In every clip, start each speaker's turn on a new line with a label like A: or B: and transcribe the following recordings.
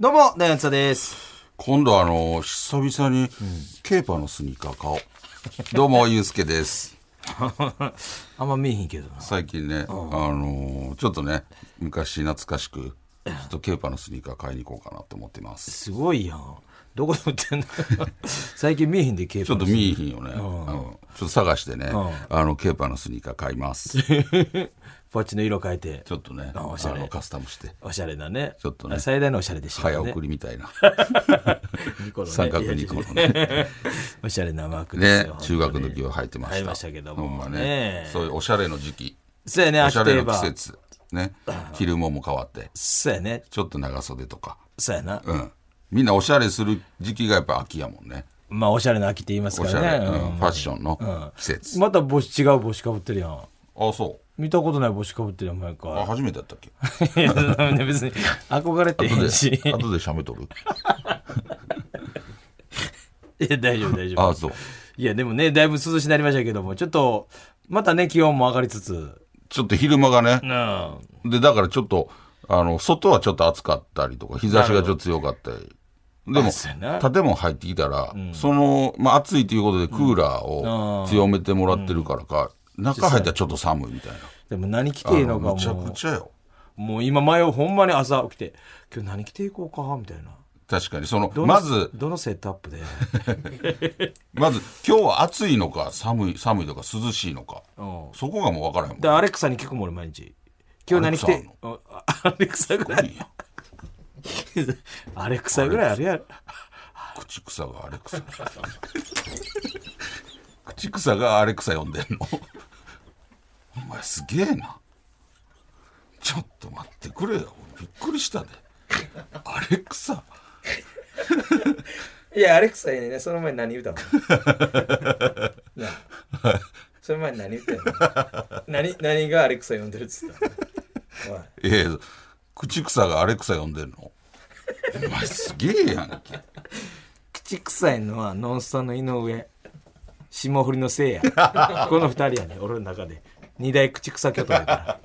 A: どうも、ダイアンツァです。
B: 今度あの久々にケーパーのスニーカー買おう、どうもゆうすけです
A: あんま見えへんけどな。
B: 最近ね、あのーちょっとね昔懐かしくちょっとケーパーのスニーカー買いに行こうかなと思ってます
A: すごいやん。どこで売ってんの 最近見えへんで、ケー
B: ちょ
A: プ
B: っ。と見えひんよね、あのちょっと探してね、あのケーパーのスニーカー買いますち
A: パッチの色変えて。
B: ょっとねあ
A: おしゃれ
B: のカスタムして
A: おしゃれなね。
B: ちょっとね
A: あ最大のおしゃれでしょ、ね。
B: 早送りみたいな
A: ニコロね。
B: 三角ニコロ ね
A: おしゃれなマークです
B: ね
A: よ。
B: 中学の時は履いてました
A: 履いてましたけども
B: ほんま
A: ね
B: ねそういうおしゃれの時期
A: そうやね、
B: お
A: 秋
B: しゃ
A: とい
B: れ
A: え
B: の季
A: ば。
B: 節ね着るもんも変わって
A: そうやね。
B: ちょっと長袖とか
A: そうやな。
B: うん、みんなおしゃれする時期がやっぱ秋やもんね
A: まあ、おしゃれな秋って言います
B: お
A: か
B: しゃれ、
A: らね。
B: うん
A: うん
B: ファッションの季節、
A: また帽子違う帽子かぶってるやん。
B: あそう
A: 見たことない帽子かぶってるやん、前
B: あ
A: か。
B: 初めてやったっ け
A: いや別に憧れてへ
B: 後
A: ん
B: で
A: し。
B: 後でしゃべとる
A: いや、大丈夫、大丈夫。
B: あそう
A: いや、でもね、だいぶ涼しになりましたけども、ちょっと、またね、気温も上がりつつ、
B: ちょっと昼間がね、
A: な
B: でだからちょっとあの外はちょっと暑かったりとか日差しがちょっと強かったりでも
A: そうや
B: 建
A: な
B: 物入ってきたら、その、まあ、暑いということでクーラーを強めてもらってるからか、中入ったらちょっと寒いみたいな
A: でも何着ていいのかも
B: むちゃくちゃよ
A: う、もう今前をほんまに朝起きて、今日何着ていこうか、みたいな。
B: 確かにその
A: どの
B: まず
A: どのセットアップで。
B: まず今日は暑いのか寒い寒いとか涼しいのか、
A: う
B: そこがもう分からへんもん
A: で、アレクサに聞くもん、俺毎日。今日何着て、うんアレクサぐらい、
B: いいや
A: アレクサぐらいあるやろ。
B: 口草がアレクサ口草がアレクサ呼んでんのお前すげえなちょっと待ってくれよびっくりしたでアレクサ
A: いや、アレクサやねその前に何歌うのなあその前に何歌うの何、何がアレクサ呼んでるっつったのおい
B: ええ口草がアレクサ呼んでんのお前すげえやんけ
A: 口臭いのはノンスタの井上霜降りのせいやこの二人やね俺の中で二大口臭巨頭やから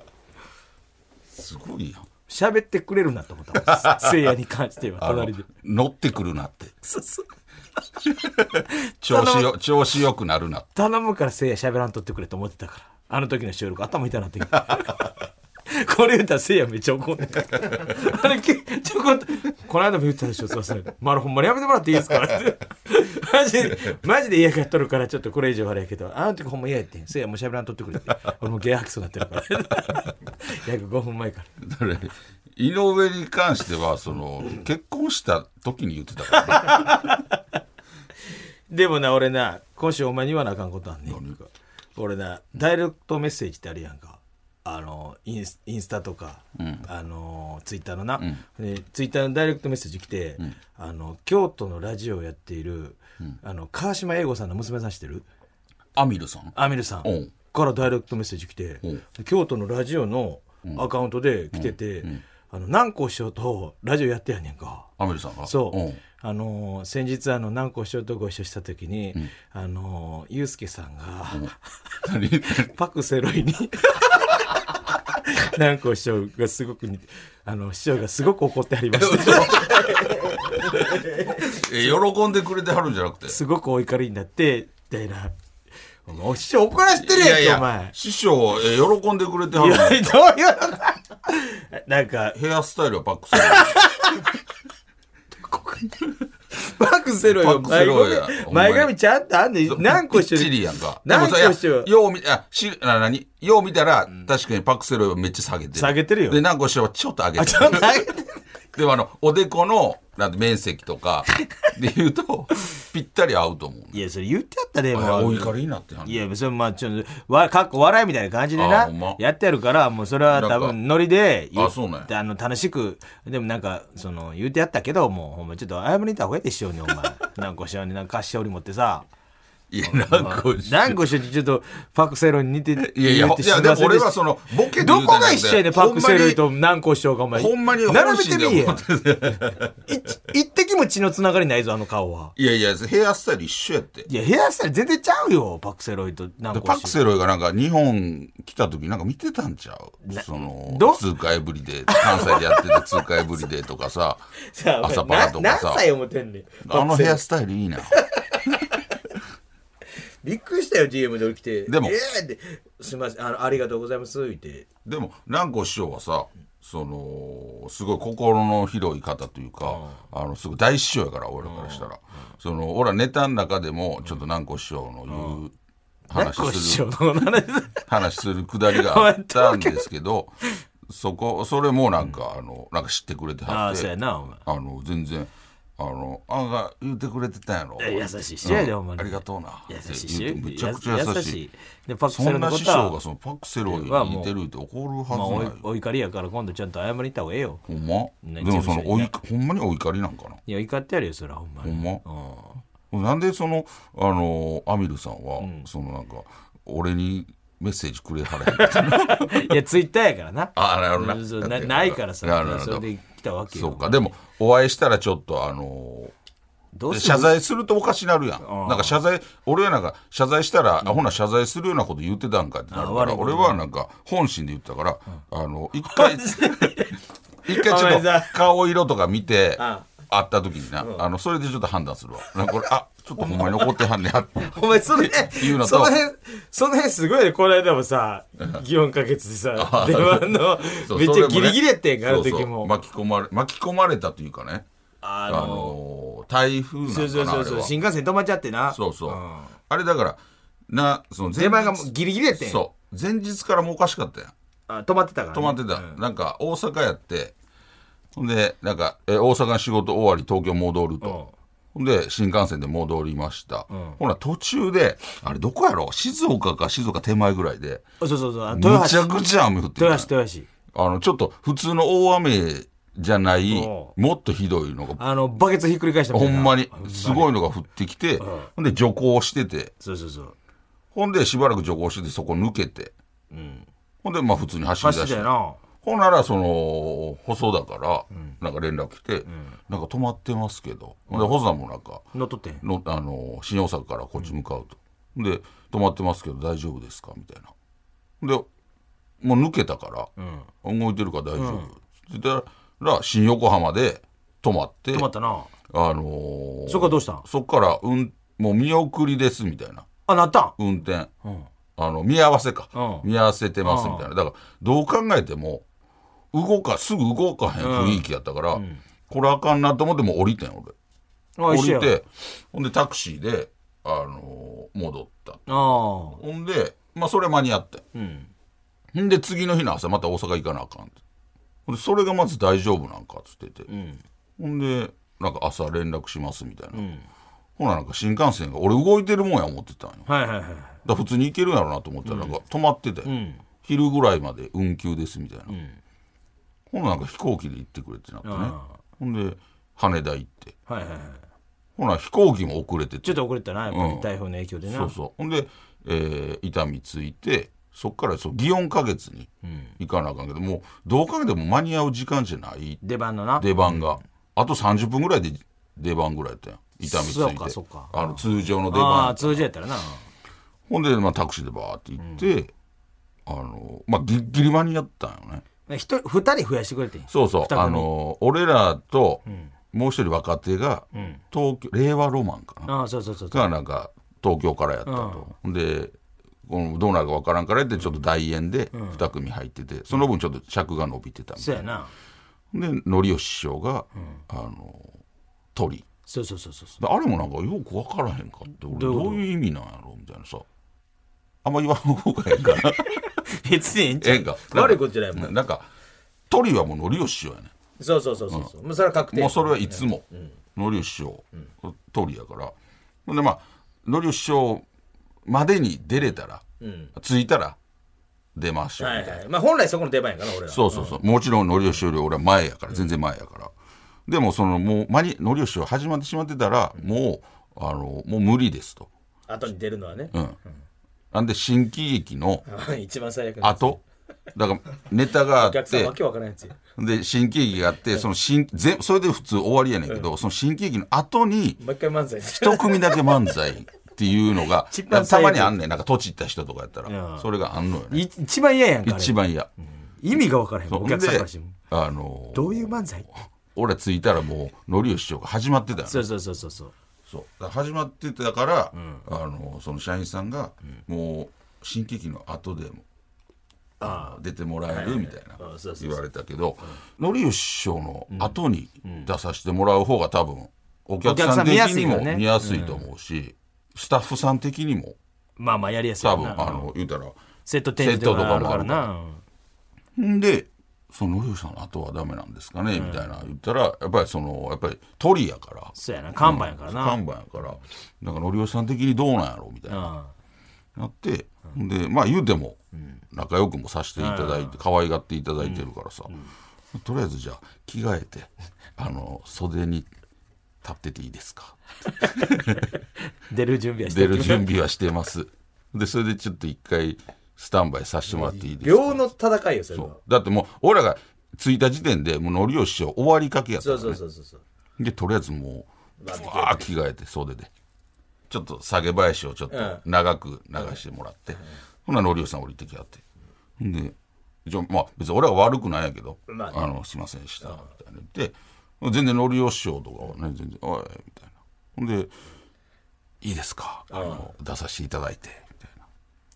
B: すごいやん
A: 喋ってくれるなと思ったせいやに関しては
B: あの
A: 隣で
B: 乗ってくるなって
A: そうそう
B: 調子よ調子よくなるなって
A: 頼むからせいや喋らんとってくれと思ってたからあの時の収録頭痛なってき たこれ言ったらせいやめっちゃ怒んねんあれけちょこっとこの間も言ったでしょすいませんまあほんまにやめてもらっていいですか マジでマジで嫌がっとるからちょっとこれ以上はあれやけどあの時ほんま嫌やってんせいやもう喋らんとってくれって俺もゲー吐きそうになってるから 約5分前から
B: だから井上に関してはその結婚した時に言ってた からね
A: でもな俺な今週お前に言わなあかんことあんねん俺なダイレクトメッセージってあるやんかあのインスインスタとか、あのツイッターのな、でツイッターのダイレクトメッセージ来て、あの京都のラジオをやっている、あの川島英吾さんの娘さんしてる
B: アミルさん
A: アミルさん
B: うん
A: からダイレクトメッセージ来て、
B: うん
A: 京都のラジオのアカウントで来てて、あの南光師匠とラジオやってやんねんか。
B: アミルさんが
A: そう、
B: うん
A: あのー先日あの南光師匠とご一緒した時に、あのーユースケさんが、
B: 何
A: パク・セロイに南光師匠がすごく似てあの師匠がすごく怒ってありました
B: え喜んでくれてはるんじゃなくて
A: すごくお怒りになってみたいな「お前お師匠怒らせてるやんけお前」
B: 師匠え喜んでくれてはいる
A: や
B: の
A: ど
B: に
A: ういうのかなんか
B: ヘアスタイルはパックセロ
A: パク・セロイは
B: パクセ
A: 前
B: ロイや
A: 髪
B: お前
A: 前髪ちゃんとあんねん
B: イ
A: 南光
B: きっちり
A: 師
B: や
A: 匠
B: んか
A: 南光師
B: でもさ
A: 匠
B: いやよう見あしあ何よう見たら確かにパックセロイはめっちゃ下げてる
A: 下げてるよ
B: で南光師匠はちょっと上げ
A: あ
B: て
A: ちょっ とあげて
B: でもあのおでこのなんて面積とかで言うとぴったり合うと思う
A: いや、それ言ってやったね、
B: い
A: も
B: や
A: う。
B: お怒りになってはん
A: い
B: ねん
A: や、それまあ、ちょっと、わ、かっこ笑いみたいな感じで
B: あ
A: な
B: ほんま、
A: やってやるから、もうそれは多
B: なんか
A: 分ノリで言
B: あそうなん
A: あの、楽しく、でもなんか、その、言うてやったけど、もう、ほんま、ちょっと謝りに行った方がいいでしょうね、お前。なんかしように、なんか菓子折り持ってさ。
B: いやなんか
A: なんかしようにちょっと、パクセロに似て、
B: いやいや
A: 言うて
B: いやでも俺はそのボケて言
A: ど
B: うた
A: こ
B: んじゃな
A: が
B: くて
A: 一緒やねんパクセロイと南光師匠がお前。
B: ほんまに
A: 並
B: 本
A: べて
B: 心で
A: みえ
B: 思
A: や
B: っ。てて
A: 一一滴も血のつながりないぞ、あの顔は。
B: いやいやヘアスタイル一緒やって
A: いや、ヘアスタイル全然ちゃうよ、パクセロイと南
B: で
A: 光
B: パ
A: 師
B: ク
A: 匠。
B: セロイがなんか日本来た時なんか見てたんちゃうその
A: ど
B: 通貨エブリデイ関西でやってた通貨エブリデイとか さ
A: さあ
B: 朝パラとか
A: な
B: さ
A: 何歳思ってんねん。
B: あの
A: パクセ
B: ヘ
A: ロイ
B: アスタイルいいな
A: びっくりしたよ、GM で来て。
B: でも
A: ええって、すみません、あの、ありがとうございます、言って。
B: でも蘭子師匠はさそのすごい心の広い方というか、あのすごい大師匠やから俺らからしたら、その俺らネタの中でもちょっと蘭子師匠の言う、話
A: 南光師
B: する
A: 匠 の話。
B: 話するくだりがあったんです けどそこそれもなんか、あのなんか知ってくれて
A: あ
B: は
A: あ、
B: っ
A: そう
B: て
A: やな、お前。
B: あの全然あのあんが言ってくれてたんやろ
A: いや優しい人やで
B: うん
A: ほんまに
B: ありがとうな
A: 優しい
B: って言
A: し
B: うてめちゃくちゃ優しい
A: やで、パク
B: そ
A: セロ
B: ん
A: イの
B: な
A: こ
B: 師
A: と
B: 匠が
A: は、
B: そのパクセロイに似てるって怒るはず
A: まあ、
B: な
A: お
B: い
A: い
B: よ、
A: お怒りやから、今度ちゃんと謝りに行った方がええよ。
B: ほんま
A: ね
B: でもそのお
A: 事務
B: いほんまにお怒りなんかない
A: や、怒ってやるよ、そら、ほんま
B: ほ
A: に。
B: んま、なんでそのあのアミルさんは、そのなんか俺にメッセージくれはれへんか
A: いや、ツイッターやからな。
B: あなるほど
A: そうそう
B: な
A: なないからさ
B: なる、ほ
A: それ
B: ど
A: で来たわけ
B: そう
A: よ。
B: かでもお会いしたらちょっとあの
A: どうする
B: 謝罪するとおかしなるやんなんか謝罪俺はなんか謝罪したら、あほな謝罪するようなこと言ってたんかってなる
A: あ
B: か
A: 悪
B: ら
A: いこと
B: 俺はなんか本心で言ったから、あの一 回一回ちょ
A: ごめ
B: っ
A: ん
B: と
A: なさい
B: 顔色とか見て
A: あ
B: 会った時にな、あのそれでちょっと判断するわなんかこれあちょっとほんまに怒ってはんね やって
A: お前、その
B: 言う
A: 辺、
B: のと
A: その辺、その辺すごいね。この間もさ、祇園か月 でさ、電話の
B: そ、う
A: めっ
B: そ
A: ち
B: れ
A: ゃ
B: もね
A: ギリギリやってんか、あの
B: そう
A: 時
B: そ
A: も
B: う。巻き込まれ巻き込まれたというかねあ
A: あの
B: のー台風なんか
A: そう
B: な
A: そ
B: あれ
A: うそうそう、
B: は
A: 新幹線止まっちゃってな。
B: そうそう、
A: ん
B: あれだからなその前日
A: 出前がもうギリギリやってん。
B: そう前日からもうおかしかったやん
A: あ止まってたから、
B: 止まってた、なんか大阪やってほんでなんかえ大阪の仕事終わり東京戻ると、ほんで新幹線で戻りました、ほら途中であれどこやろ静岡か静岡手前ぐらいで
A: そうそうそう。あ
B: む
A: 豊
B: ち
A: 橋。
B: ゃくちゃ雨降ってる
A: 豊橋、豊橋。
B: あのちょっと普通の大雨じゃない
A: お
B: もっとひどいのが
A: あの、バケツひっくり返したみた
B: ほ
A: いな。
B: んまにすごいのが降ってきて、ほんで徐行してて
A: そうそうそう。
B: ほんでしばらく徐行しててそこ抜けて、ほんでまあ普通に走り
A: 走
B: 出
A: って
B: して
A: たよな。
B: ほんならその細田からなんか連絡来て、なんか止まってますけど、ほんで細田もなんか
A: 乗っとってん。
B: のあの新大阪からこっち向かうと、で止まってますけど大丈夫ですかみたいなでもう抜けたから、動いてるから大丈夫、って言ったら新横浜で止まって
A: 止まったな。
B: あのー
A: そっからどうしたん
B: そっから、うん、もう見送りですみたいな
A: あ、なったん
B: 運転、あの見合わせか、
A: うん
B: 見合わせてますみたいなだからどう考えても動かすぐ動かへん雰囲気やったから、これあかんなと思ってもう降りてん俺降
A: あ、一緒
B: り
A: や。
B: てほんでタクシーで、あのー戻った
A: ああ。
B: ほんでまあそれ間に合って、ほんで次の日の朝また大阪行かなあかんってほんでそれがまず大丈夫なんかっつってて、ほんでなんか朝連絡しますみたいな、ほななんか新幹線が俺動いてるもんや思ってたんよ
A: はいはいはい。
B: だから普通に行けるんやろうなと思ったらなんか止まってて、昼ぐらいまで運休ですみたいな、ほんならなんか飛行機で行ってくれってなってねほんで羽田行って
A: はいはいはい。
B: ほな飛行機も遅れて
A: ち
B: て
A: ょっと遅れてたな、やっぱり台風の影響でな。
B: そうそうほんで、えー伊丹着いてそっからそう祇園花月に行かなあかんけど、もうどう考えても間に合う時間じゃない
A: 出番のな。
B: 出番が、あと30分ぐらいで出番ぐらいやったやん伊丹着いて
A: そうかそうか
B: あの通常の出番
A: ああ、通じやったらな。
B: ほんで、まあ、タクシーでバーって行って、あのまあギリギリ間に合ったんよね
A: 一人、二人増やしてくれてん。
B: そうそう
A: 二組
B: あの俺らともう一人若手が東京、令和ロマンかな、
A: ああ、そうそうそう。
B: がなんか東京からやったと、ほんでこのどうなるかわからんからやってちょっと大円で2組入ってて、その分ちょっと尺が伸びてたみた
A: そ
B: いう
A: やな。
B: な、で則吉師匠が、あの鳥
A: そうそうそうそう。
B: であれもなんかよく分からへんかって俺
A: どういうこ
B: ど
A: と
B: ういう意味なんやろみたいなさあんま言わん方がええから
A: 別にええんちゃう
B: ええんか
A: 悪いことじゃないもん。
B: なんか鳥はもうのりお師匠やね
A: そうそうそうそう。もうそれは確定。
B: もうそれはいつものりお師匠鳥やからほんでまあのりお師匠までに出れたら、着いたら出ましょうみ
A: は
B: たいな、
A: いはい。まあ本来そこの出番やから、俺ら。
B: そうそうそう、もちろんのりお師匠より俺は前やから全然前やから、でもそのもう間にのりお師匠始まってしまってたら、もうあのもう無理ですと、
A: 後に出るのはね。
B: うん、なんで新喜劇の
A: 一番最悪なやつ
B: 後だからネタがあ
A: お
B: っ
A: 客さん
B: て
A: わけわからんやつや。
B: で新喜劇があってその新ぜそれで普通終わりやねんけど、その新喜劇の後に
A: もう一回漫才する。
B: 一組だけ漫才っていうのが
A: 一番
B: た
A: 最
B: ま
A: 悪
B: にあんねんなんか土地行った人とかやった
A: う
B: ら
A: ん
B: それがあんのよね
A: い一番嫌やんか。あれ
B: 一。番嫌
A: 意味がわからへん。
B: そう
A: お客さ
B: ほ
A: ん
B: ん
A: から
B: で
A: しても。
B: あのー
A: どういう漫才
B: 俺着いたらもうのりお師匠が始まってたよね
A: そうそうそうそうそう。
B: そうだから始まってたから、あのその社員さんが、もう新喜劇の後でもあの出てもらえるみたいな
A: はいはいあそうそうそう
B: 言われたけどのりよし師匠の後に出させてもらう方が多分お客さん的にも
A: お客さん見やすい
B: 見やす
A: よね
B: いと思うしスタッフさん的にも
A: まあまあやりやすい
B: 多
A: よ
B: 分
A: な。
B: あの言うたら
A: セット展示とかあるからな。
B: んでそののりよしさんの後はダメなんですかねみたいな言ったらやっぱりそのやっぱり鳥やから
A: そうやな。看板やからな。
B: 看板やからなんかのりよしさん的にどうなんやろみたいな。
A: うん
B: なって、でまあ言うても仲良くもさせていただいて、可愛がっていただいてるからさ、とりあえずじゃあ着替えてあの袖に立ってていいですか
A: 出る準備はして
B: 出
A: る
B: る準備はしてますでそれでちょっと一回スタンバイさせてもらっていいですか
A: 秒の戦いよ、それは。
B: だってもう俺らが着いた時点でもうのりお師匠終わりかけやった
A: そ
B: か
A: う
B: ら、
A: そ
B: ね
A: う、そうそうそう。
B: でとりあえずもうふわー着替えて袖でちょっと下げ林をちょっと
A: うん
B: 長く流してもらって、ほなのりおさん降りてきはってほんでじゃあまあ別に俺は悪くないやけど「
A: まあ
B: あ、のすいませんでした」みたいな言って全然のりお師匠とかはね全然「おい」みたいなほんで「いいですかあの、出させていただいて」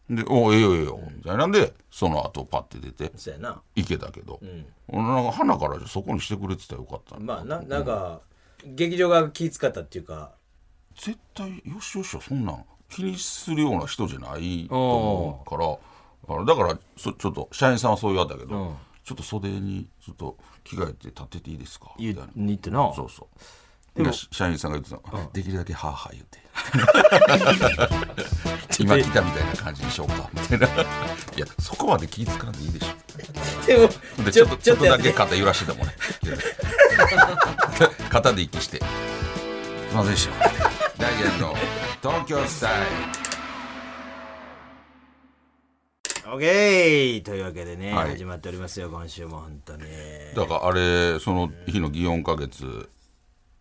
B: みたいなで「おええよええよ」みたいなんでその後パッて出て
A: そうやな。
B: 行けたけど、俺なんか花からそこにしてくれてたらよかったな
A: まあな、なんか、劇場が気使ったっていうか、
B: 絶対よしよしはそんなん気にするような人じゃないと思うからあのだからそちょっと社員さんはそう言われたけど、ちょっと袖にちょっと着替えて立ってていいですかみたいな
A: 言ってな。
B: そうそうみんな社員さんが言ってたの、できるだけはあはあ言う て今来たみたいな感じでしょうかみたいないやそこまで気ぃつかんでいいでしょ
A: でも
B: でちょっとちょっと
A: や
B: だ
A: て
B: け肩揺らしてた もんね肩で息してすいませんでしたダイアンの東京スタイル
A: オッケーというわけでね、
B: はい
A: 始まっておりますよ、今週も本当に。
B: だからあれその日の祇園花月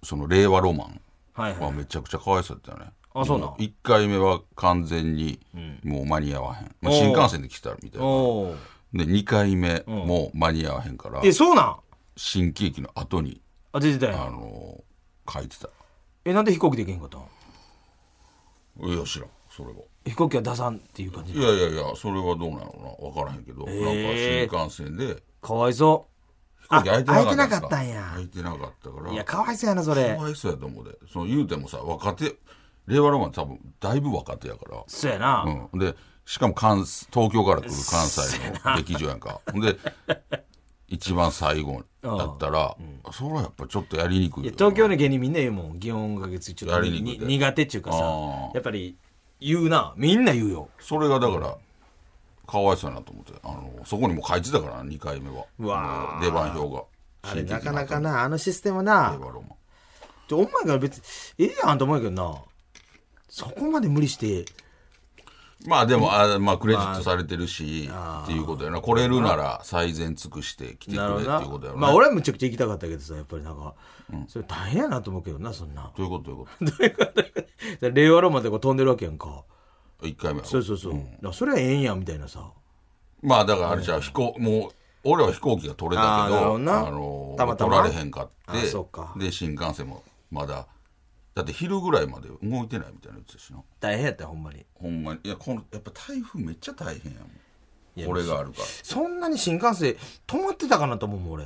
B: その令和ロマン
A: はいは。
B: はいめちゃくちゃ可愛そうだったよね
A: あそうなん
B: 1回目は完全にもう間に合わへん、まあ
A: おう
B: 新幹線で来たみたいな
A: おー
B: で2回目も間に合わへんから
A: え、そうなん
B: 新喜劇の後に
A: あ、出てた
B: あ
A: よ。
B: のー書いてた
A: え、なんで飛行機できへんかったん
B: いや知らんそれは
A: 飛行機は出さんっていう感じ
B: いやいやいやそれはどうなのな分からへんけど、
A: えー
B: なんか新幹線で
A: かわいそ
B: 飛行機
A: あ空いてなかったんや
B: 空いてなかったから
A: う。いや、かわいそうやな、それ
B: か。わいそうやと思うでその言うてもさ若手令和ロマン多分だいぶ若手やから
A: そうやな。
B: うん、でしかも関東京から来る関西の劇場やんかほんで一番最後だったら、それはやっぱちょっとやりにくい
A: い
B: よ
A: や東京の芸人みんな言うもん、祇園か月ちょっと
B: やりにくい
A: に
B: で
A: 苦手っていうかさ
B: あ、ー
A: やっぱり言うな、みんな言うよ。
B: それがだからかわいそうやなと思ってあのそこにも書いてたから2回目は
A: うわ
B: あ
A: ー
B: の出番表が
A: あれなかな
B: 新劇
A: か
B: の
A: な、あのシステムな
B: 令、和ロマン
A: ちょお前が別に、ええやんと思うけどな、そこまで無理して、
B: まあでも、あまあ、クレジットされてるし、っていうことやな。来れるなら最善尽くして来てくれ
A: なる
B: ってい
A: ほ
B: う
A: どな
B: ことやろ、ね。
A: まあ俺はむちゃくちゃ行きたかったけどさ、やっぱりなんか、それ大変やなと思うけどな、そんな。
B: ということ、というこ
A: 令和ロマンでこう飛んでるわけやんか。
B: と。1回目は。
A: そうそうそう。だからそれはええんや、みたいなさ。
B: まあだからあれじゃあ飛行、もう俺は飛行機が取れた
A: あー
B: け
A: なる
B: ど
A: ほどな
B: の
A: たまたま
B: 取られへんか
A: あ
B: って
A: ーそうか
B: で新幹線もまだだって昼ぐらいまで動いてないみたいなやつやしな
A: 大変やったよ、ほんまに。
B: ほんまにいやこのやっぱ台風めっちゃ大変やもん
A: や
B: これがあるから
A: そんなに新幹線止まってたかなと思うもん、俺。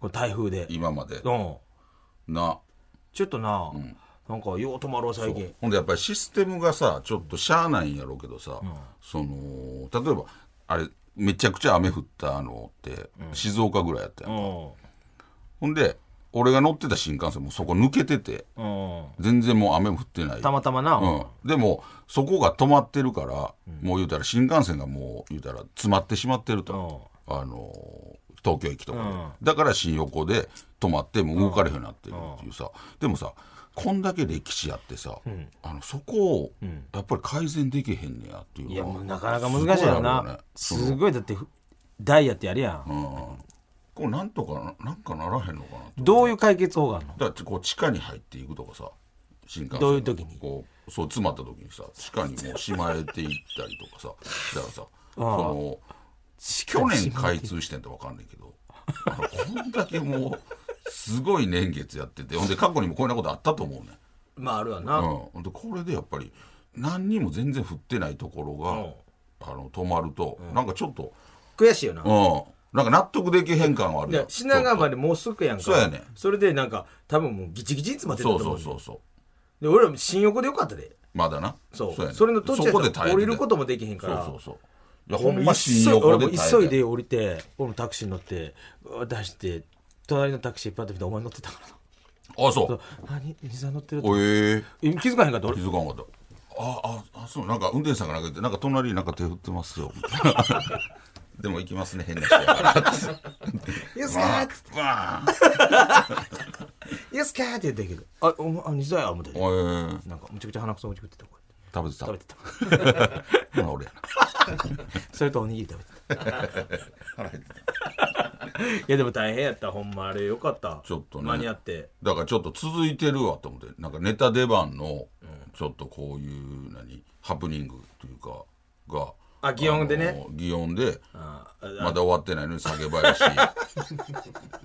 A: これ台風で。
B: 今まで
A: うん。
B: な
A: ちょっとな、なんかよう止まろう、最近。
B: ほんでやっぱりシステムがさちょっとしゃあないんやろうけどさ、その例えばあれめちゃくちゃ雨降ったのって、静岡ぐらいやったやん
A: うん。
B: ほんで俺が乗ってた新幹線もそこ抜けてて
A: うん
B: 全然もう雨も降ってない
A: たまたまな、
B: うん、でもそこが止まってるから、もう言うたら新幹線がもう言うたら詰まってしまってると、あのー東京駅とかで、だから新横で止まってもう動かれへんようになってるっていうさ、でもさこんだけ歴史あってさ、あのそこをやっぱり改善できへんねやっていうの
A: い
B: が
A: やもうなかなか難しいよな
B: す
A: す
B: ごいあるよね
A: ごいだってダイヤってやるやん、
B: これなんとかななんかならへんのかなと
A: どういう解決法があるの
B: だってこう地下に入っていくとかさ新幹線
A: どういう時に
B: こうそう詰まった時にさ地下にもうしまえていったりとかさ だからさその去年開通してんって分かんないけどあのこんだけもうすごい年月やっててほんで過去にもこんなことあったと思うね、
A: まああるわ
B: う
A: な、
B: ん、ほんでこれでやっぱり何にも全然降ってないところが、あの止まると、なんかちょっと、
A: 悔しいよな、
B: うん、なんか納得できへん感はある
A: いや
B: ん
A: 品川までもうすぐやんか
B: そうやねん
A: それでなんか多分もうギチギチに詰まってたと
B: そう
A: 思う
B: そ
A: ね
B: うそうそう
A: で俺らも新横でよかったで
B: まだな。
A: そうそ
B: やね
A: れの途中
B: そこで耐えて
A: で降
B: た
A: りることもできへん
B: そ
A: か
B: う
A: ら
B: そうそう。いや、ほんま
A: 急い
B: 新横
A: 俺
B: で
A: も
B: 耐え
A: 急い
B: て
A: で降りて俺もタクシーに乗ってうわ出して隣のタクシーパッと見てお前乗ってたからな
B: あ、そう。
A: 何水が乗ってる
B: おえー、
A: え気づかへんかった
B: 気
A: 俺
B: づかんかった。あ、あ、あ、そう、なんか運転手さんがなんか言って、なんか隣になんか手振ってますよ。み たいなでも行きますね、変な人や から。
A: 「イエスカー!」
B: バ
A: イエスカー!」って言ったけど「あお前あ水だよ」思って
B: ーン。おえ ー、
A: なんかむちゃくちゃ鼻くそむちゃくちゃこう
B: 食べてた。
A: やって食べて
B: ほな俺やな。
A: たそれとおにぎり食べてた
B: 腹減ってた
A: いやでも大変やったほんまあれよかった
B: ちょっとね
A: 間に合って
B: だからちょっと続いてるわと思ってなんかネタ出番のちょっとこういう何ハプニングというかが
A: あ擬音でね
B: あの擬音で
A: ああ
B: まだ終わってないのに叫ばれ し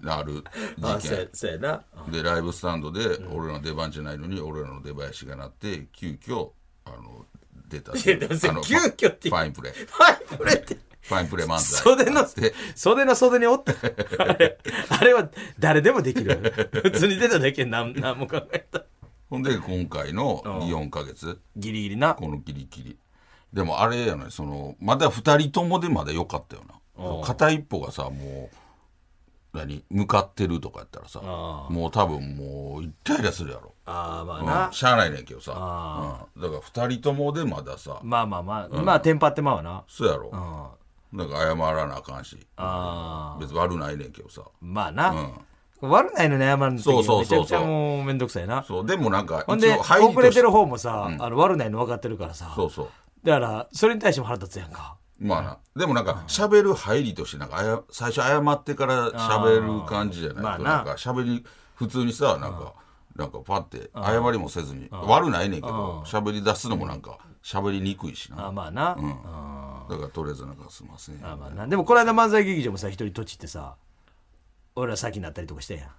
B: なる
A: あ
B: 事
A: そうや
B: 件
A: そうやな
B: でライブスタンドで俺らの出番じゃないのに俺らの出囃子がなって急遽あの出 た
A: いやでもそれ
B: あの
A: 急遽って
B: ファインプレーフ
A: はいこ れって
B: ァインプレー漫 才
A: 袖の
B: で
A: 袖の袖におったあれあれは誰でもできる 普通に出ただけなんなんも考えた
B: ほんで今回の4か月
A: ギリギリな
B: このギリギリでもあれやねそのまだ2人ともでまだ良かったよな片一方がさもう何向かってるとかやったらさもう多分もうイライラするやろ
A: ああまあ
B: うん
A: な
B: しゃあないねんけどさ、うん、だから2人ともでまださ
A: まあまあまあまあテンパってまうわな
B: そうやろ
A: うん
B: なんか謝らなあかんし
A: ああ
B: 別に悪ないねんけどさ
A: まあな悪ないのに謝るの時
B: そうそ
A: も
B: う
A: めち
B: そ
A: ゃ
B: う
A: くちゃもうめんどくさいな
B: そうでもなんか
A: ほんで
B: 入りとし
A: 遅れてる方もさあの悪ないの分かってるからさ
B: そうそう
A: だからそれに対しても腹立つやんか
B: まあなでもなんか喋る入りとしてなんかあや最初謝ってから喋る感じじゃないと
A: まあな
B: なんか喋り普通にさなんかなんかパって謝りもせずに悪ないねんけど喋り出すのもなんか喋りにくいし
A: あ
B: な
A: あまあな
B: だからとりあえずなんかすいません
A: まあ
B: あ
A: まあなでもこの間漫才劇場もさ一人とちってさ俺ら先になったりとかしてやんあ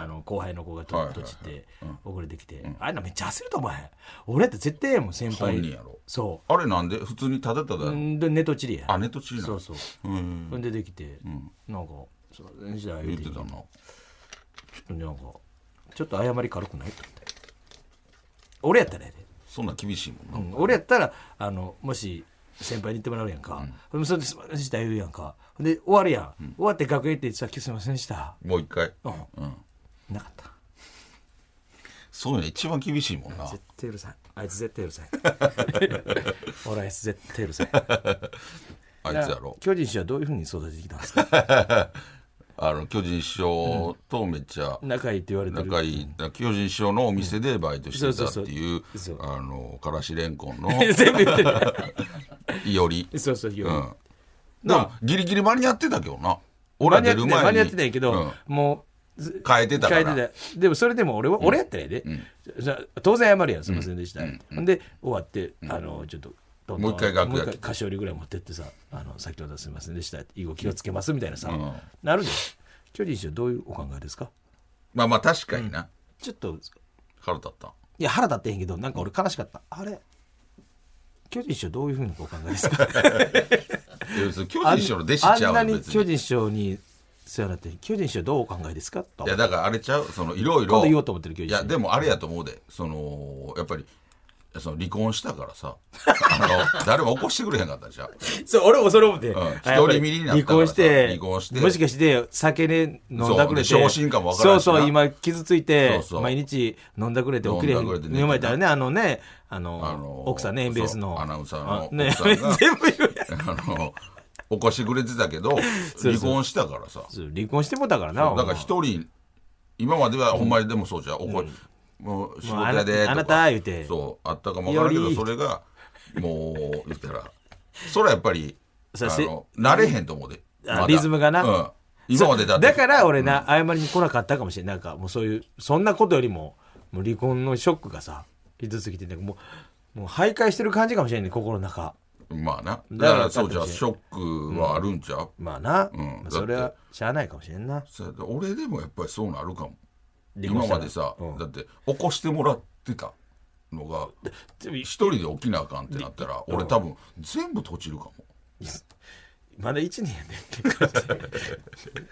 B: あ
A: の後輩の子が
B: はい
A: と
B: はいはい
A: とちって遅れてきて、あんなめっちゃ焦ると思え俺だって絶対ええもん先輩
B: 本人やろ
A: そ
B: あれなんで普通にただただ
A: ううんでネトチリや
B: あネットチリな
A: そ
B: の
A: うそうほんでできて、なんかそうじゃあ言
B: 言
A: う
B: っててたな
A: ちょっとなんかちょっと謝り軽くないって思って俺やったらやで、
B: そんなん厳しいもんな
A: うん俺やったらあのもし先輩に言ってもらうやんか、ほんでそれですいませんでした言うやんかほんで終わるやん、終わって楽屋行ってさっきすいませんでした
B: もう一回
A: なかった
B: そういうの一番厳しいもんな
A: 絶対許さんあいつ絶対 許さん俺あいつ絶対許さん
B: あいつやろ
A: 巨人師はどういうふうに育ててきた んですか
B: あの巨人師匠とめっちゃ
A: 仲いいって言われてる
B: 仲いい巨人師匠のお店でバイトしてたっていう
A: そうそうそう
B: あのからしれんこん の
A: 全部言ってる
B: いおり
A: そうそう言う、
B: うんでもギリギリ間に合ってたけどな俺は
A: 間
B: 出る
A: に合っ
B: 前
A: てない
B: に
A: 間に合ってないけど、
B: うん
A: もう
B: 変えてたか
A: 変
B: ら
A: えてたでもそれでも俺は、俺やったらやで、じゃあ当然謝るやんすいませんでした、ほんで終わって、あのちょっとどんどん
B: もう一回楽屋
A: もう一回菓子折りぐらい持ってってさあの先ほどはすいませんでした以後気をつけますみたいなさ、なるで巨人師はどういうお考えですか
B: まあまあ確かにな
A: ちょっと
B: 腹立った
A: いや腹立ってへんけどなんか俺悲しかったあれ巨人師匠どういうふうにお考えで すか
B: いや別に巨人
A: あん
B: 師匠の弟子
A: あ
B: ちゃ
A: ん
B: う
A: な
B: よ
A: に
B: 別
A: 巨
B: に
A: 人師匠にそうやなって巨人師匠どうお考えですかと
B: いやだからあれちゃうそのいろい
A: 今
B: ろ
A: 度言おうと思ってる巨
B: い
A: 人師
B: や
A: 匠
B: でもあれやと思うでそのやっぱりその離婚したからさあ の誰も起こしてくれへんかったじゃん
A: そう俺もそれ思って、
B: ん
A: あやっぱ
B: 一人身になったからさ
A: 離婚して
B: 離婚して
A: もしかして酒で飲んだくれて
B: そうで昇進かもわからんしな
A: そうそう今傷ついて
B: そうそう
A: 毎日飲んだくれて起きれへ
B: 飲んだくれて
A: ん
B: 寝て
A: 飲まれたらねあのねあの
B: あの
A: 奥さんねエンベースの
B: そうアナウンサーの
A: あね
B: 奥さんが
A: 全部言うやん
B: あの起こしてくれてたけど離婚したからさ
A: そう離婚してもだからな
B: だから一人今まではほんまにでもそうじゃん、おこもう仕事やでとか
A: あなたあなた言うて
B: そうあったかもわからんけ
A: よ
B: ど
A: り
B: それがもう言ったらそれはやっぱりあ
A: そうせ
B: の慣れへんと思うで、
A: あ
B: まだ
A: リズムがな
B: うん、今までだって
A: だから俺な、謝りに来なかったかもしれないなんかもうそういうそんなことよりももう離婚のショックがさひどすぎてなんかもうもう徘徊してる感じかもしれない、ね、心の中
B: まあなだ
A: だ
B: か
A: か
B: ららそうじゃんショックはあるんちゃう、
A: まあな、
B: ん
A: まあそれ
B: だっ
A: はしゃあないかもしれんな
B: それで俺でもやっぱりそうなるかも
A: 離婚
B: 今
A: したら
B: までさ、
A: うん
B: だって起こしてもらってたのが
A: でも
B: 一人で起きなあかんってなったら俺多分全部閉じるかも
A: まだ1年やで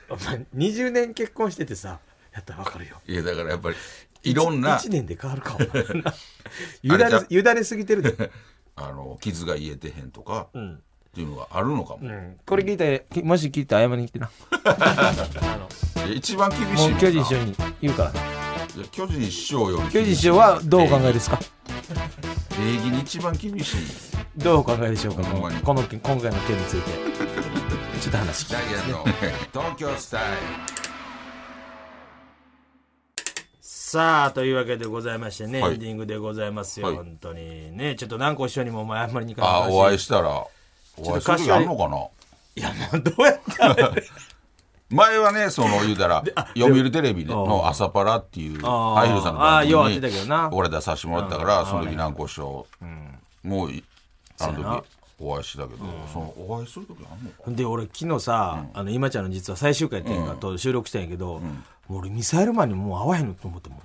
A: お前20年結婚しててさやったらわかるよ
B: いやだからやっぱりいろんな
A: 1年で変わるかも
B: あ
A: ゆ
B: れじ
A: だ
B: ゃ
A: れゆだれすぎてるで、
B: あの傷が癒えてへんとか、
A: ん
B: っていうのがあるのかも、
A: う
B: い
A: んこれ聞いてきもし聞いて謝りに来てな
B: や一番厳しい
A: も
B: もん
A: う
B: な
A: 巨人師匠に言うからない
B: や巨人師匠より
A: 巨人師匠はどうお考えですか
B: 礼儀に一番厳しい
A: どうお考えでしょうか
B: ほんまに
A: この件今回の件についてちょっと話聞き
B: ダイアン の東京スタイ
A: さあというわけでございましてね、
B: はい
A: エンディングでございますよ、
B: はい
A: 本当にねちょっと南光師匠にもお前あんまりに行か
B: あ
A: ない
B: お会い
A: し
B: したらお
A: ょ
B: 会いす
A: っと
B: る
A: 貸し
B: 時
A: て
B: あるのかない
A: やもうどうやったら
B: 前はねその言うた ら読売テレビの「朝パラ」っていう
A: あ
B: ハ
A: ー
B: イルさんの
A: あーよう会
B: 番
A: ってたけ
B: 組
A: ど
B: に
A: な
B: 俺出させてもらったからその時南光師匠もういあ
A: そうやな
B: の時お会いしたけどそのお会いする時あんのか
A: で俺昨日さ、あの今ちゃんの実は最終回っていうか、と収録したんやけど、もう俺ミサイルマンにもう会わへんのと思ってもん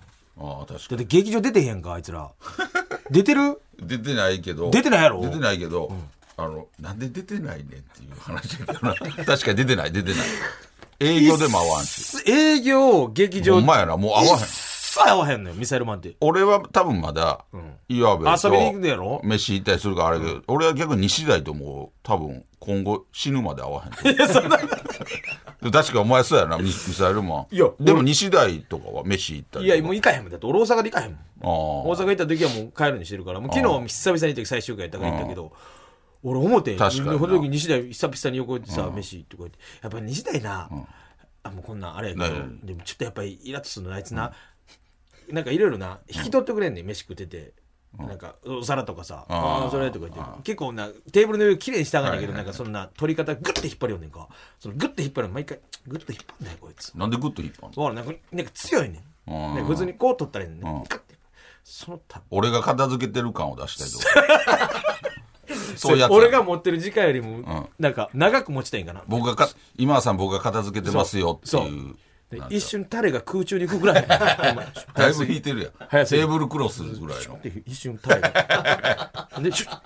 B: ああ確
A: だ
B: か
A: って劇場出てへんかあいつら 出てる
B: に出てないけど
A: 出てないやろ
B: 出てないけどあのなんで出てないねんっていう話だけどな確かに出てない出てな い営業でも会わんし
A: 営業劇場
B: ほんまやなもう会わへん
A: 一切会わへんのよミサイルマンって
B: 俺は多分まだ岩部
A: 遊
B: と
A: びに行くのやろ
B: 飯行ったりするからあれやけど俺は逆に西大ともう多分今後死ぬまで会わへん
A: いやそんな
B: で確かお前そうやなミミサイルマン
A: いや
B: でも西大とかは飯行ったり
A: い
B: とか
A: やもう行かへんもんだって俺大阪で行かへんもん
B: あ
A: 大阪行った時はもう帰るにしてるからもう昨日は久々に行って最終回やったから行ったけど俺思って
B: 確かにな
A: この時西大久々に横行ってさ、飯とか言ってやっぱり西大な、あもうこんなんあれやけど、
B: ね
A: でもちょっとやっぱりイラッとするのあいつな、なんかいろいろな引き取ってくれんねん飯食ってて。なんかお皿とかさ「
B: あー
A: ああそれ」とか言って結構なテーブルの上きれいにしたがんだけど、なんかそんな取り方グッて引っ張るよんねんかそのグッて引っ張るの毎回グッと引っ張んないこいつ
B: なんでグッと引っ張んの
A: ほらなんかなんか強いねん
B: うん
A: なんか普通にこう取ったらいいねんね
B: ん
A: ガッてそのた
B: 俺が片付けてる感を出したりとか そういうやつ
A: 俺が持ってる時間よりも、
B: ん
A: なんか長く持ちたいんかな
B: 僕がか今田さん僕が片付けてますよって
A: そう
B: いう
A: で
B: なんか
A: 一瞬タレが空中に浮くぐらい ほんま
B: だいぶ引いてるやん
A: 早す
B: テ
A: ぎる
B: ーブルクロスぐらいの
A: で一瞬タレが でシュッ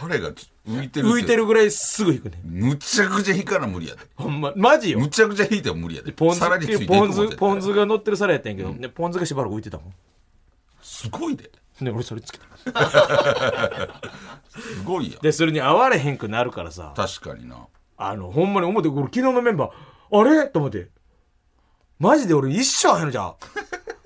B: 誰が浮いてるって
A: 浮いてるぐらいすぐ引くね
B: むちゃくちゃ引かな無理やで
A: ほんまマジよ
B: むちゃくちゃ引いても無理やで。
A: ポン酢
B: さらについていく
A: ポ
B: もん
A: ン
B: 絶
A: 酢
B: 対
A: ポン酢が乗ってる皿やったんやけど、ねポン酢がしばらく浮いてたもん
B: すごいで。
A: で俺それつけた
B: すごいやん。
A: でそれに合われへんくなるからさ
B: 確かにな。
A: あのほんまに思って俺昨日のメンバーあれと思ってマジで俺一生会えんのじゃん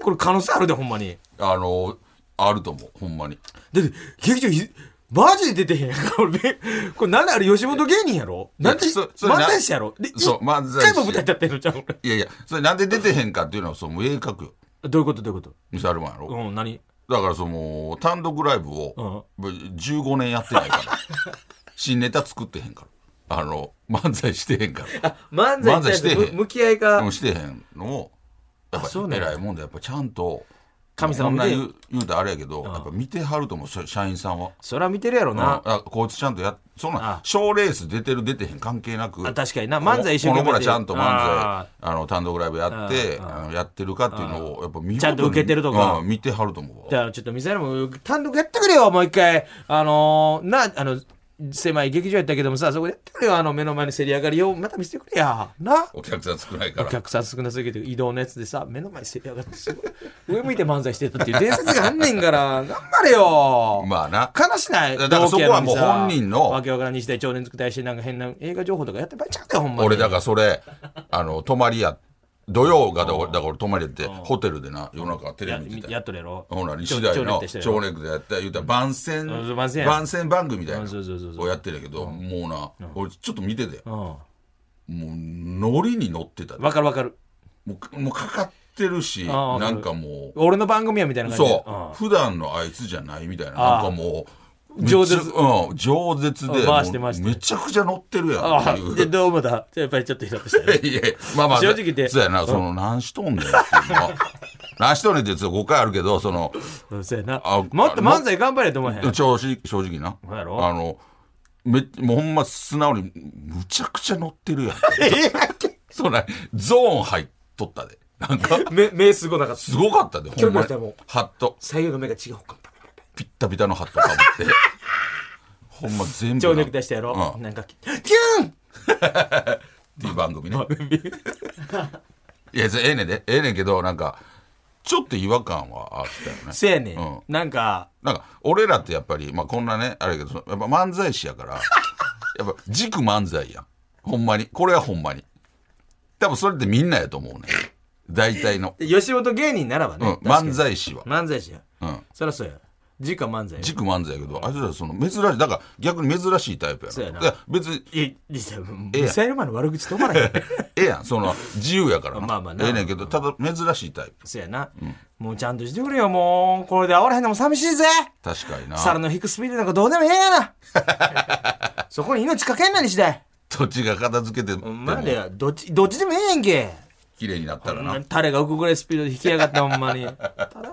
A: これ可能性あるでほんまに
B: あの、あると思う。ほんまに。
A: だって劇場いマジで出てへんやんか俺 べこれなんであれ吉本芸人やろなんで
B: いやそそれな
A: 漫才師やろで
B: そう漫才師
A: 一回も舞台立ってんのじゃん俺
B: いやいや、それなんで出てへんかっていうのは、その鋭角よ。
A: どういうことどういうこ
B: ミサイルマンや
A: と
B: ろ。
A: うん何
B: だからその、単独ライブを、15年やって ないから。新ネタ作ってへんから。あの、漫才してへんから。
A: 漫
B: 才に対して漫才してへんむ向
A: き合い
B: うんしてへんのも、やっ
A: あそう
B: ぱ
A: なんや
B: 偉いもんで、やっぱちゃんと、
A: 神様
B: こん
A: 見
B: な
A: て
B: 言う言うたらあれやけど、やっぱ見てはると思う、社社員さんは。
A: そら見てるやろな、
B: あこいつちゃんとやっそんなん
A: あ
B: 賞レース出てる出てへん関係なく
A: あ確かにな漫才一生懸
B: このこの子
A: 命
B: らちゃんと漫才
A: あ
B: あの単独ライブやってあのやってるかっていうのをやっぱ見事に
A: ちゃんと受けてるとか
B: うん見てはると思う
A: じ
B: わ
A: ゃあちょっとミサイルも単独やってくれよもう一回あのーなあの狭い劇場やったけどもさ、そこでやってくれよ、あの目の前にせり上がりを、また見せてくれや。な
B: お客さん少ないか
A: お
B: ら
A: 客さん少なすぎて移動のやつでさ、目の前にせり上がってすごい、上向いて漫才してたっていう伝説があんねんから、頑張れよ。
B: まあな
A: 悲しない。
B: だからそこはもう本人の
A: わけわからん日大超連続大してなんか変な映画情報とかやってばっちゃうよ、ほんまに。
B: 俺だからそれあの泊まりや土曜がだだから俺泊まりやってホテルでな夜中テレ
A: や
B: ビ見てた
A: やっとるやろ。
B: ほら西大の
A: 超
B: 超ネクでやったら言うたら番宣
A: うん番宣や
B: 番宣番組みたいな
A: うんそうそうそうそう
B: をやってるけどもうな俺ちょっと見てて
A: うん。
B: もうノリに乗ってたも
A: わかるわかる。
B: うもうかかってるし
A: ああ
B: なんかもう
A: 俺の番組やみたいな感じで。
B: そう普段のあいつじゃないみたいななん
A: ああ
B: かもう
A: 饒舌
B: めっちゃうん饒舌で
A: うん回して
B: もう
A: 回して
B: めちゃくちゃ乗ってるやん
A: あ
B: ってい
A: あ、
B: う
A: で、どう思ったやっぱりちょっとひどくしたよね。
B: いやいやまあまあ、
A: 正直言って
B: そうやな、その、何しとんねんっていうの。 何しとんねんって言うと誤解あるけど、その、
A: うんそうやな
B: あ。
A: もっと漫才頑張れと思えへん。
B: 正直、正直な。
A: そうやろ
B: あの、め、もうほんま素直に、むちゃくちゃ乗ってる やん。そうね、ゾーン入っとったで。なんか、
A: 目、目すごなかった。
B: すごかったで、ほんまに
A: 距離が来たもん。
B: ハット、
A: 左右の目が違うか。
B: ピッタピタのハットかぶって。ほんま全部
A: 超
B: な。
A: 力出したやろ。
B: うん
A: なんか、
B: っていう番組ね。いや、それええねんで。ええねんけど、なんか、ちょっと違和感はあったよね。
A: せやね
B: うん
A: ん。なんか、
B: なんか俺らってやっぱり、まあ、こんなねあれやけどそのやっぱ漫才師やからやっぱ軸漫才やんほんまにこれはほんまに多分それってみんなやと思うね大体の、
A: で吉本芸人ならば
B: うん
A: ね。、
B: 漫才師は、
A: 漫才師や。
B: うん、
A: そらそうや。時間漫才や。
B: 軸漫才やけどあいつらその珍しいだから逆に珍しいタイプや
A: そうや
B: な
A: な
B: だから別に
A: いや、実
B: ええ
A: 際、
B: やん
A: ミサイルマンの悪口止まら へん。
B: ええやんその自由やからな
A: まあまあな
B: ええねんけどただ珍しいタイプ
A: そやな。もうちゃんとしてくれよ、もう。これで煽らへんのも寂しいぜ。
B: 確かにな
A: 猿の引くスピードなんかどうでもええやな。 そこに命かけんなにしたい。
B: どっちが片付けて
A: ほんま
B: でも
A: で、どっち、どっちでもええやんけ。
B: 綺麗になったらな
A: タレが浮くぐらいスピードで引き上がった、ほんまに。頼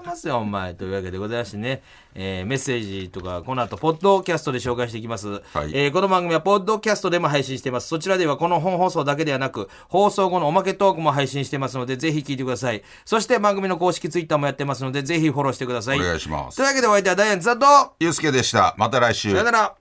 A: みますよ、お前。というわけでございましてね、えーメッセージとか、この後、ポッドキャストで紹介していきます。えーこの番組は、ポッドキャストでも配信しています。そちらでは、この本放送だけではなく、放送後のおまけトークも配信してますので、ぜひ聞いてください。そして、番組の公式ツイッターもやってますので、ぜひフォローしてください。
B: お願いします
A: というわけで、お相手はダイアンズだと、
B: ゆうすけでしたまた来週
A: さよなら。